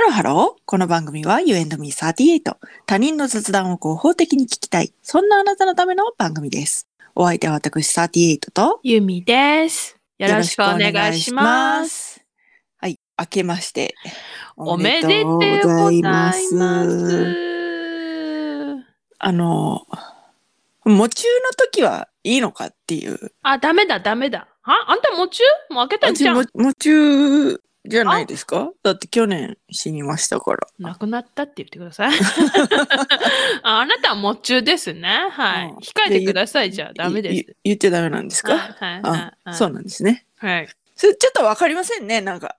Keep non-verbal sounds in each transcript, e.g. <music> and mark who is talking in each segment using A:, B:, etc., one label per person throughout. A: ロハロー。この番組は You and me38。他人の雑談を合法的に聞きたい。そんなあなたのための番組です。お相手は私38と
B: ゆみです。よろしくお願いします。
A: す。はい。明けまして。
B: おめでとうございます。
A: あの、夢中の時はいいのかっていう。
B: あ、ダメだ、ダメだ。あ、あんた夢中もう開けたんじゃん。
A: 私も夢中じゃないですかだって去年死にましたから。
B: なくなったって言ってください。ああなたは夢中ですね。はい。
A: うん
B: 控えてください、じゃあ。ダメで
A: い
B: す
A: い。言っちゃダメなんです
B: はい
A: か、
B: はい
A: あ
B: はい。。
A: そううなんですね。
B: はい。
A: それちょっとわかりませんね。なんか、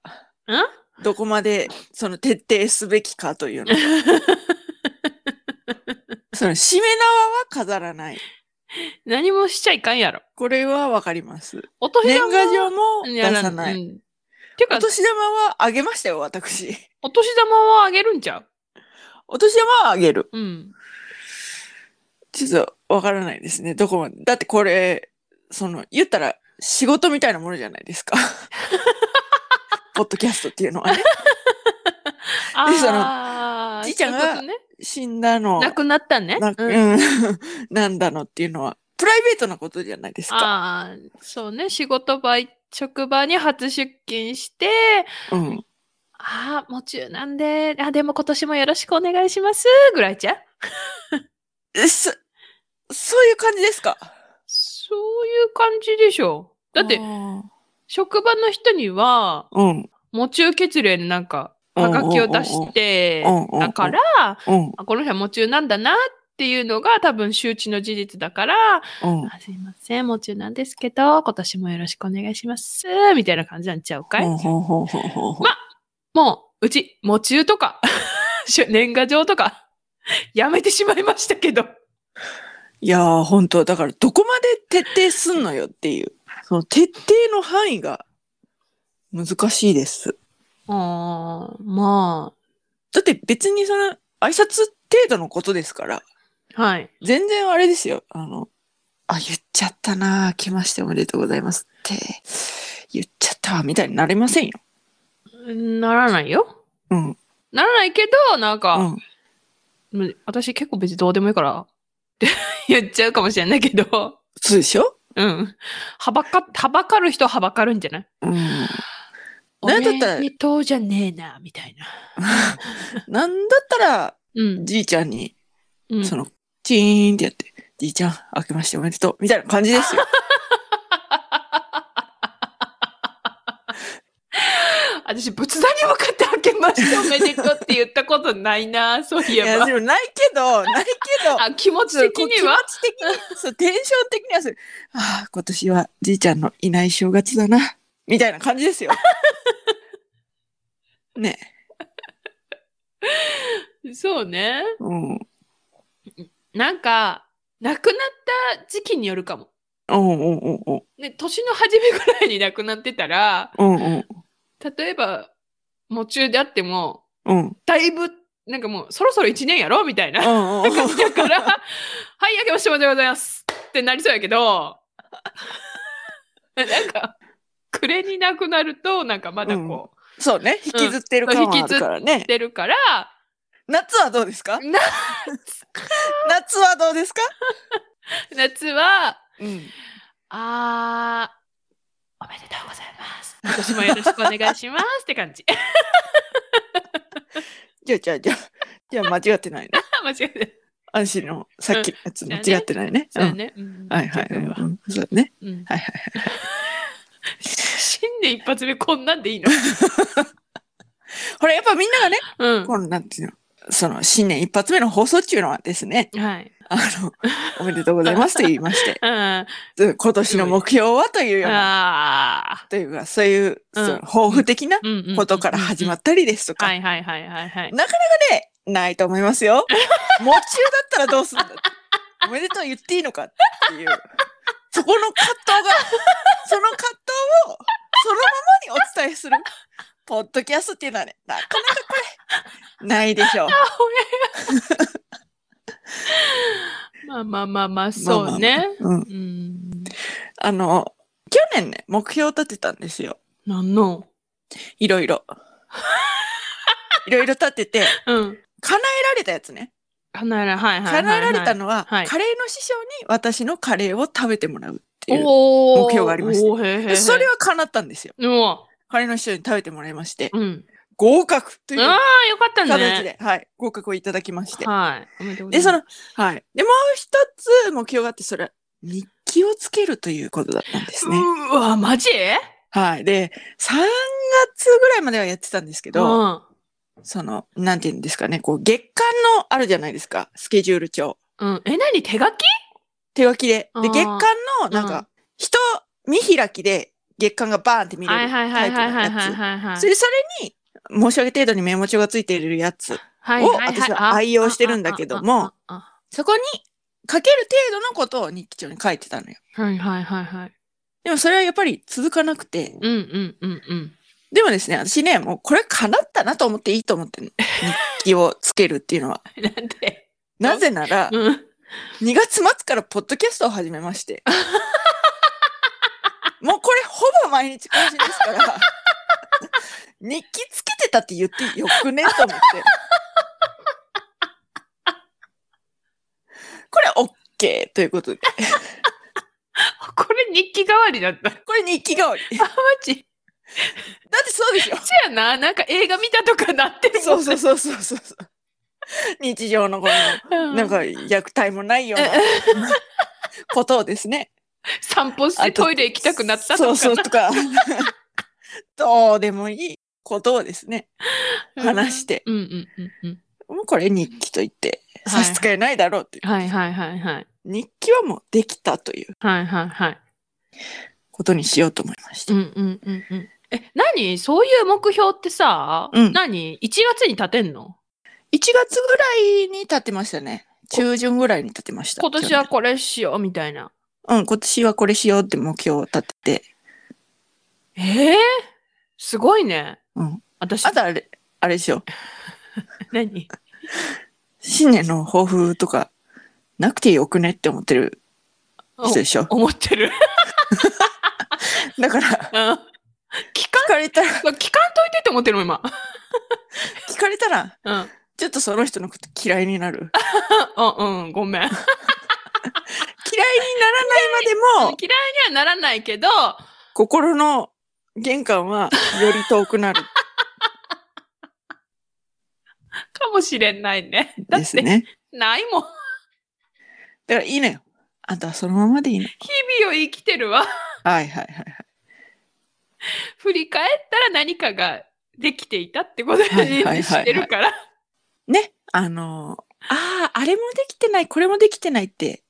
B: ん
A: どこまでその徹底すべきかというのが。
B: <laughs>
A: その、締め縄は飾らない。
B: 何もしちゃいかんやろ。
A: これはわかります。
B: お年
A: 年
B: 玉
A: 賀状も出
B: やら
A: さない。
B: うんていうか
A: お、年玉はあげましたよ、私。
B: お年玉はあげるんじゃう
A: お年玉はあげる。
B: うん。
A: ちょっとわからないですね。どこまで。だってこれ、その、言ったら仕事みたいなものじゃないです
B: <laughs>
A: か。ポッドキャストっていうのはね。
B: ああ、
A: じいちゃんが
B: そういうことね
A: 死んだの、
B: なくなったね。
A: な
B: うん
A: うん <laughs> なんだのっていうのは、プライベートなことじゃないですか。
B: ああ、そうね。仕事場、職場に初出勤して、
A: うん。
B: ああ、もう中なんで、あでも今年もよろしくお願いします、ぐらいじゃん
A: えそ、そういう感じですか。
B: そういう感じでしょう。だっ
A: あ
B: て、
A: ー
B: 職場の人には、
A: うん。
B: も中血連なんか、はがきを出して
A: うんうんうんうん、
B: だから、
A: うん。
B: あこの人はも中なんだなっていうのが多分周知の事実だから、
A: うん。
B: あすいません、も中なんですけど、今年もよろしくお願いします、みたいな感じなんちゃうかい、
A: ほんほんほんほんほんほん
B: もう、うち、喪中とか、 <laughs> しゅ年賀状とか、やめてしまいましたけど。
A: いやー、本当だから、どこまで徹底すんのよっていう。その、徹底の範囲が難しいです。
B: あーま
A: だって別にその挨拶程度のことですから、
B: あ、はい。
A: 全然あれですよ。あの、あ、言っちゃったなぁ、来ましておめでとうございますって、言っちゃったわみたいになれませんよ。
B: ならないよ。
A: うん。うん。
B: ならないけど、なんか、む私結構別にどうでもいいから、って <laughs> 言っちゃうかもしれないけど、
A: そうでしょ
B: うん。はばか、はばかる人ははばかるんじゃない
A: うん。
B: お
A: なんだったら
B: めでとうじゃねえな、みたいな。
A: なんだったら、
B: うん。
A: じいちゃんに、
B: うん、
A: その、チーンってやって、じいちゃん、明けましておめでとう、みたいな感じ
B: <laughs>
A: ですよ。
B: 私、仏壇に向かって開けましておめでとうって言ったことないな、そうい
A: いや、
B: えば
A: で。もないけど、ないけど、
B: あ、気持ち
A: そう
B: 的
A: こう
B: には
A: 気持ち的にそうテンション的にはそれああ今年はじいちゃんのいない正月だなみたいな感じです
B: <laughs>
A: よね
B: そうね。
A: うんうん
B: なんか、亡くなった時期によるかも。
A: うんうんうん
B: ね、年の初めぐらいに亡くなってたら、
A: うん
B: 例えば、夢中であっても、
A: うんうん
B: だいぶ、なんかもう、そろそろ1年やろみたいな。だ
A: うんうん
B: から、 <laughs> はい、明けましておめでとうございますってなりそうやけど、 <laughs> なんか、暮れに亡くなると、なんかまだこう、
A: そうね引きずってる感はあるからね、
B: 出るから、
A: 夏はどうですか
B: な <laughs>
A: 夏はどうですか
B: 夏は、
A: うん
B: あー、おめでとうございます。今年もよろしくお願いしますって感じ。 <laughs>
A: じゃあじゃあじゃあじゃあ間違ってないね
B: 間違えない。
A: 安心のさっきのやつ間違ってないね,、う
B: そうや
A: ん
B: ね。うん
A: はいはい、
B: 間違えない
A: うん
B: わ
A: うんそうね
B: うん
A: はいはいはい
B: 新年一発目こんなんでいいの
A: ほらやっぱみんながね
B: うん。
A: このなんていうのその新年一発目の放送中のはですね、
B: はい。
A: あ
B: <laughs>
A: の、おめでとうございますと言いまして、
B: うん。あ
A: うん今年の目標はというような、
B: あ
A: というか、そういう、
B: う
A: そ
B: ん
A: の抱負的な
B: ー。うんうん
A: ことから始ま
B: っ
A: ったりですとか、
B: はいはいはいはいはい。
A: で、ないと思います
B: <laughs>
A: よ。夢中だったらどうすんだおめでとう言っていいのかっていう、そこの葛藤が、その葛藤をそのままにお伝えする、ポッドキャストっていうのはね、なかなかこれ、ないでしょう。
B: まあまあまあまあ、そうね。
A: うん。
B: うん。
A: あの、去年ね、目標を立てたんですよ。
B: なんの
A: いろいろ。いろいろ立ってて、
B: うん。
A: 叶えられたやつね。
B: 叶えられ、はいはいはい、はい。
A: 叶えられたのは、
B: はい
A: カレーの師匠に私のカレーを食べてもらうっていう。
B: おー
A: 目標がありまして
B: おーへーへーへー
A: それは叶ったんですよ。
B: うわ
A: カレーの師匠に食べてもらいまして、
B: うん。
A: 合格という
B: ああ、よかったね。
A: 形で、はい、合格をいただきまして。
B: はい。おめでとうござ
A: で、
B: い
A: そ
B: ます
A: の、はい。で、もう一つ目標があって、それは日記をつけるということだったんですね。
B: うーわ、マジ
A: はい。で、3月ぐらいまではやってたんですけど、
B: うん
A: その、なんていうんですかね、こう、月間のあるじゃないですか、スケジュール帳。
B: うん。え、何手書き
A: 手書きで。
B: あ
A: で、
B: ー
A: 月間の、なん
B: うん
A: か、人見開きで、月間がバーンって見
B: は
A: れ
B: い
A: る
B: はい
A: タ
B: は
A: イ
B: い
A: プ
B: はい
A: の
B: はいはい
A: や
B: はいはい。
A: つ。それ、それに、申し訳程度にメモ帳がついているやつ
B: はい
A: を
B: いいい
A: 私は愛用してるんだけども、
B: あああ
A: そこに書ける程度のことを日記帳に書いてたのよ。
B: ああはいはいはいはい。
A: でもそれはやっぱり続かなくて、
B: うんうんうんうん。
A: でもですね、私ね、もうこれ叶ったなと思っていいと思ってんの日記をつけるっていうのは。
B: <laughs> なんで
A: なぜなら、
B: うん。
A: 2月末からポッドキャストを始めまして。もうこれほぼ毎日更新です
B: <laughs>
A: から、日記つけてたって言ってよくねと思って。これ OK ということで。
B: これ日記代わりだった。マ
A: これ日記代わり。だ
B: ジ
A: ってそうですよ。
B: そやな。なんか映画見たとかなってるも
A: そ
B: ん
A: うそうそうそうそうそう。日常のこの、
B: う
A: なんか虐待もないようなことをです <laughs> ね。
B: 散歩してトイレ行きたくなったとか
A: そ
B: な。
A: うそうと <laughs> か。どうでもいいことをですね。話して
B: うんうんうんうん。
A: もうこれ日記と言って
B: は
A: 差
B: い
A: し支えないだろうっていう、
B: はいはいはいはい。
A: 日記はもうできたという
B: はいはいはい。
A: ことにしようと思いました。
B: うんうんうんうん。え、何そういう目標ってさ、
A: うん
B: 何 ?1 月に立てんの
A: 1月ぐらいに立てましたね。中旬ぐらいに立てました。
B: 今年はこれしようみたいな。
A: 去年うん、今年はこれしようって目標を立てて。
B: ええすごいね。
A: うん。
B: 私、
A: あとあれ、あれでしょ。 <laughs>
B: 何
A: 新年の抱負とか、なくてよくねって思ってる人でしょ。
B: お思っ
A: <laughs>
B: てる。
A: だから、
B: うん聞か
A: 聞かれたら、
B: ん、聞かんといてって思ってるもん、今。
A: 聞かれたら、
B: うん。うん
A: ちょっとその人のこと嫌いになる。
B: うん、うん、ごめん。嫌
A: 嫌
B: い
A: いにならないまでも、
B: にはならないけど、
A: 心の玄関はより遠くなる
B: かもしれないね。だ
A: で
B: っ
A: す
B: て、
A: ね。
B: ないもん。日
A: だからいいのよ。あんたはそのままでいいの。
B: 々を生きてるわ。
A: はいはいはい
B: 振り返ったら何かができていたってこと
A: はいはいはいはい
B: にしてるから。
A: はい。ね。あのーああ、あれもできてない、これもできてないって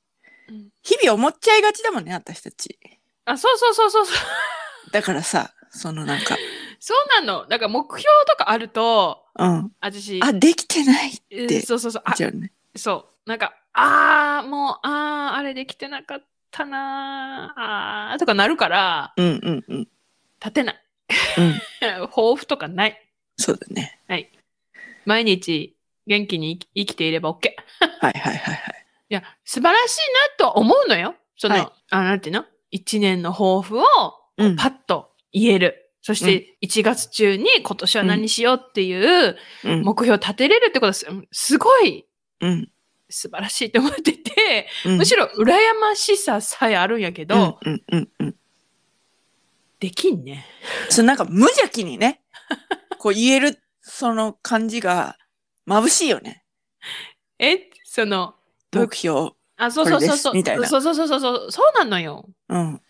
B: うん、
A: 日々思っちゃいがちだもんね、私たち。
B: あ、そうそうそうそうそう。
A: だからさ、そのなんか、
B: そうなの。だから目標とかあると、
A: うん。
B: 私、
A: あ、できてないって
B: えーそうそうそう。あ
A: 言っちゃうね。
B: そう。なんか、あー、もう、あー、あれできてなかったなー、あー、とかなるから、
A: うんうんうん。
B: 立てない。 <laughs>
A: うん。
B: 抱負とかない。
A: そうだね。
B: 毎日、元気に生き生きていれば OK。い
A: はいはいはいはい。
B: や、素晴らしいなとは思うのよ。その、
A: はい
B: あ、なんていうの一年の抱負を、
A: うん。
B: パッと言える。そして、1月中に今年は何しようっていう
A: うん。
B: 目標を立てれるってことはす、すごい
A: うん。
B: 素晴らしいと思ってて、
A: うん
B: むしろ羨ましささえあるんやけど、
A: うんうんうんうん。
B: できんね。
A: そのなんか無邪気に
B: <laughs>
A: ね、こう言える、その感じが眩しいよね。
B: え、その、どう
A: 目標。
B: あ、そうそう
A: これで
B: そ
A: す
B: うそう。
A: みたいな
B: そうそうそうそうそう。そうなのよ。
A: うん。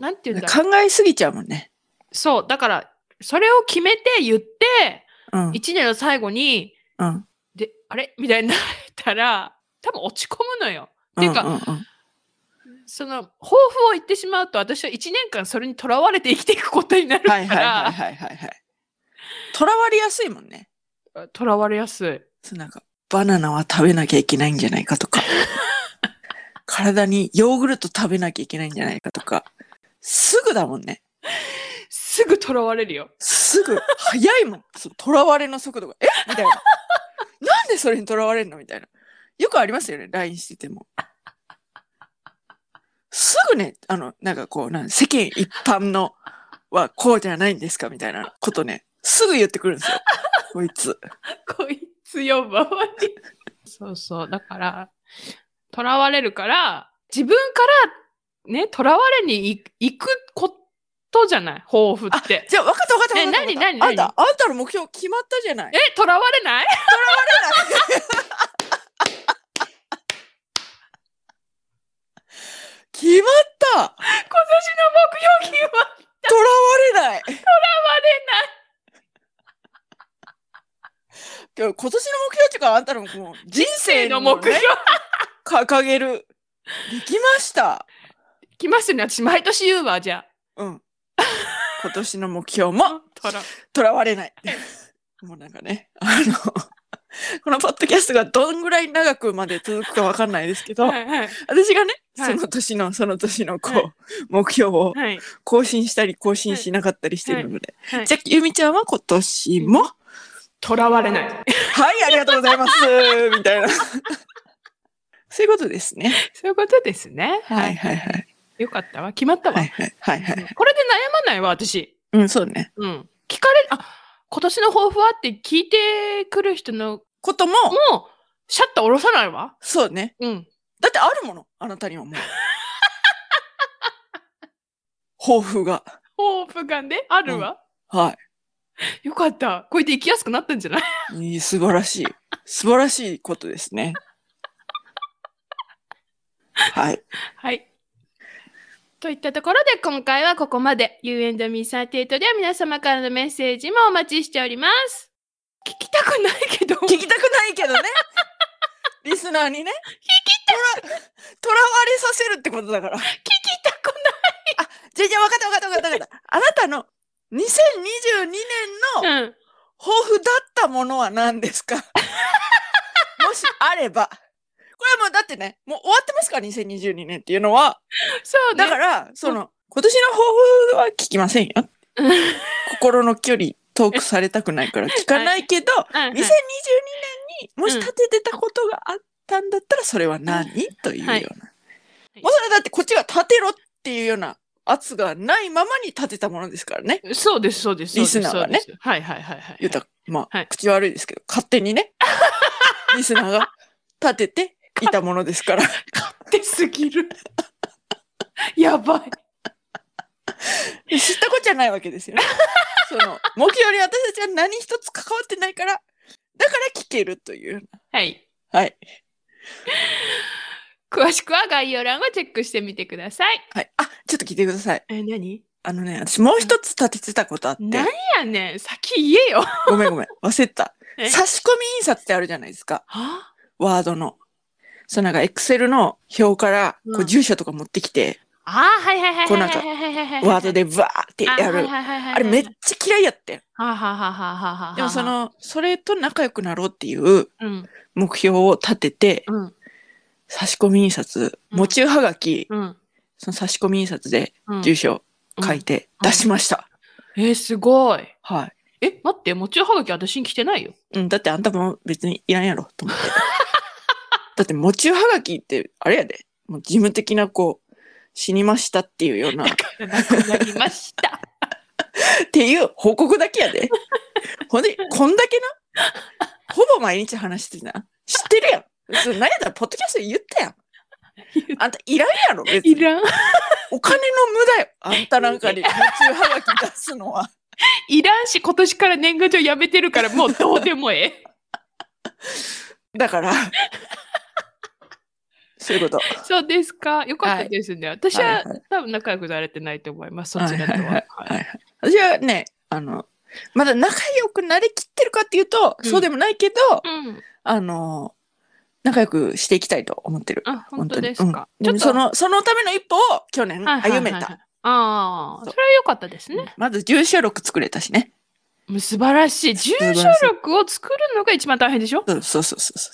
B: なんて言うんだろ
A: 考えすぎちゃうもんね。
B: う。そう。だから、それを決めて言って、
A: うん。
B: 一年の最後に、
A: うん。
B: で、あれみたいになったら、多分落ち込むのよ。ていうか
A: んんん
B: その、抱負を言ってしまうと、私は一年間それにとらわれて生きていくことになるか
A: はいはいはい
B: ら、
A: はいはいはい。とらわれやすいもんね。
B: とらわれやすい。
A: そうなんか、バナナは食べなきゃいけないんじゃないかと
B: <laughs>
A: か、体にヨーグルト食べなきゃいけないんじゃないかとか、すぐだもんね。
B: すぐとらわれるよ。
A: すぐ、早いもん。そのとらわれの速度が。えみたいな。なんでそれにとらわれるのみたいな。よくありますよね、LINE してても。すぐね、あの、なんかこう、なん世間一般のはこうじゃないんですかみたいなことね、すぐ言ってくるんですよ。こいつ。
B: こいつ呼ばわり。そうそう。だから、囚われるから、自分からね、囚われにい行くことじゃない抱負って。
A: じゃあ、分かった分かった分かった。分
B: え
A: かった
B: 何何何
A: あんた、あんたの目標決まったじゃない。 <laughs>
B: え、囚われない
A: 決まった
B: 今年の目標決ま <laughs> っ
A: 囚われない今日今年の目標っていうか、あんたのもう人生
B: ての目標、
A: ね、掲げる。できました。
B: 来ますよね。私、毎年言うわ、じゃ
A: うん。今年の目標
B: あ
A: も、。
B: とら
A: とらわれない。もうなんかね、あの、このポッドキャストがどんぐらい長くまで続くかわかんないですけど、
B: はいはい。
A: 私がね、
B: はい
A: その年のその年のこう、
B: はい
A: 目標を
B: はい。
A: 更新したり更新しなかったりしてるので、
B: はい
A: じゃあ、ゆみちゃんは今年も、
B: 囚われない。
A: はい、ありがとうございます、 <laughs> みたいな。そういうことですね。
B: そういうことですね。
A: はい。はいはい。
B: よかったわ。決まったわ。
A: はいはい。はいはい。
B: これで悩まないわ、私。
A: うん、そうね。
B: うん。聞かれ、あ、今年の抱負はって聞いてくる人の、
A: ことも、
B: もう、シャッター下ろさないわ。
A: そうね。
B: うん。
A: だってあるもの、あなたにはも <laughs> う。抱負が。
B: 抱負がね、あるわ。
A: は
B: よかった。こうやって生きやすくなったんじゃない
A: い。いい素晴らしい。素晴らしいことですね。はい。
B: <laughs> はい。といったところで今回はここまで U&Me38 では皆様からのメッセージもお待ちしております。聞きたくないけど。
A: 聞きたくないけどね。 <laughs> リスナーにね。聞きたとらわれさせるってことだから。
B: 聞きたく
A: じゃあじゃあ分かった分かった分かった分かった。あなたの2022年の
B: ない。うん。
A: 抱負だったものは何です
B: <laughs>
A: かもしあれば。これはもうだってね、もう終わってますから、2022年っていうのは。
B: そうね
A: だから、その、今年の抱負は聞きませんよ。
B: うんはい
A: 心の距離遠くされたくないから聞かないけど、
B: はい
A: 2022年にもし立ててたことがあったんだったら、それは何というような。
B: はい
A: もうそれはだってこっちが立てろっていうような圧がないままに立てたものですからね。
B: そうです、そうです。そうです
A: リスナーはね。
B: そうですはいはいはいはい。
A: 言うたらまあ、
B: はい
A: 口悪いですけど、勝手に
B: <laughs>
A: ね、リスナーが立てていたものです
B: <laughs>
A: から、
B: 勝手すぎ <laughs> る。やばい。
A: 知ったことじゃないわけです
B: <laughs>
A: よね。その、目標に私たちは何一つ関わってないから、だから聞けるというような。
B: はい。
A: はい。
B: 詳しくは概要欄をチェックしてみてください。
A: はい。あ、ちょっと聞いてください。
B: え、何
A: あのね、私もう一つ立ててたことあって、
B: なんやねん。先言えよ。は
A: ごめんごめん、忘れてた。
B: え
A: 差し込み印刷ってあるじゃないですか。
B: あ
A: ワードの。そうなんか、エクセルの表から、こ
B: う
A: う、
B: ん
A: 住所とか持ってきて、
B: あー、はいはいはい
A: こう
B: はい
A: な
B: は
A: んか
B: いはいはいはい。
A: ワードでバーって
B: あー
A: や
B: はい
A: る。
B: はいはいはいはい
A: あれめっちゃ嫌いやってん。
B: はあはあはあはあはあはあ
A: でもそ、の、それと仲良くなろうっていう
B: うん、
A: 目標を立てて、
B: うん、
A: 差し込み印刷、
B: うん
A: 持ちはがき、
B: うん
A: その差し込み印刷で
B: うん。
A: 住所書いて出しました。
B: えー、すごい。
A: はい。
B: え、待って、もちろんはがき私に来てないよ。
A: うん、だってあんたも別にいらんやろ、と思って。 <laughs> だって、持ちはがきって、あれやで、もう事務的な、こう、死にましたっていうような、っ
B: なくなりました。
A: ていう報告だけやで。ほんで、こんだけな、ほぼ毎日話してな。知ってるやん。それ何やったら、ポッドキャストで言ったやん。あんたいらんやろ、別
B: い
A: に。
B: らん。
A: お金の無駄よ。あんたなんかに持ちはがき出すのは。
B: いらんし、今年から年賀状やめてるから、もうどうでもええ。
A: だから、 <laughs> そういうこと。
B: そうですか。よかったですね。私は、
A: はいは
B: 多分仲良くなれてないと思います。そちらと
A: はいは
B: は。
A: い
B: はい
A: はいはい、私はねあのまだ仲良くなりきってるかっていうと、
B: うん
A: そうでもないけど
B: うん。
A: あの仲良くしていきたいと思ってる。
B: あ、本当
A: に
B: ですか。
A: うんでも
B: ちょ
A: そ
B: っと、
A: のそのための一歩を去年
B: はいはいは
A: 歩
B: いは
A: め
B: い
A: た。
B: ああ、
A: そう
B: それは良かったですね。
A: まず住所録作れたしね。
B: もう素晴らしい。住
A: 晴らしい
B: 所録を作るのが一番大変でしょ、
A: そうそうそうそうそ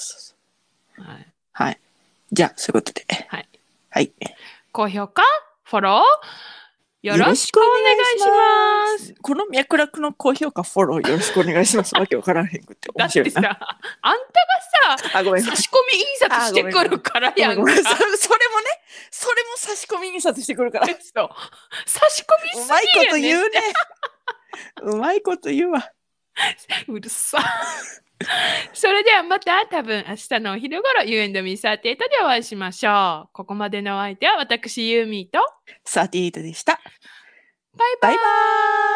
A: うそう。
B: はい、
A: はい。じゃあそういうことで。
B: はい。
A: はい。
B: 高評価、フォロー、よろしくお願いします。
A: す。この脈絡の高評価フォローよろしくお願いします。わけわからへんくって
B: だ
A: 面
B: って
A: 白いな。
B: さ、あんたがさ、
A: あごめん。ご
B: 差し込み印刷してくるからや
A: めんご
B: んか
A: めん。 <laughs>
B: <laughs>
A: そ。れもねそれも差し込み印刷してくるから。
B: そう差し込み
A: う
B: す
A: まいこと
B: ぎやね
A: 言うね。うまいこと言うわ。
B: うるさ。 <laughs> それではまた多分明日のお昼頃 You and me38 でお会いしましょう。ここまでのお相手は私ユーミーと
A: サーティートでした。
B: バイバ
A: バ
B: イ
A: イバーイ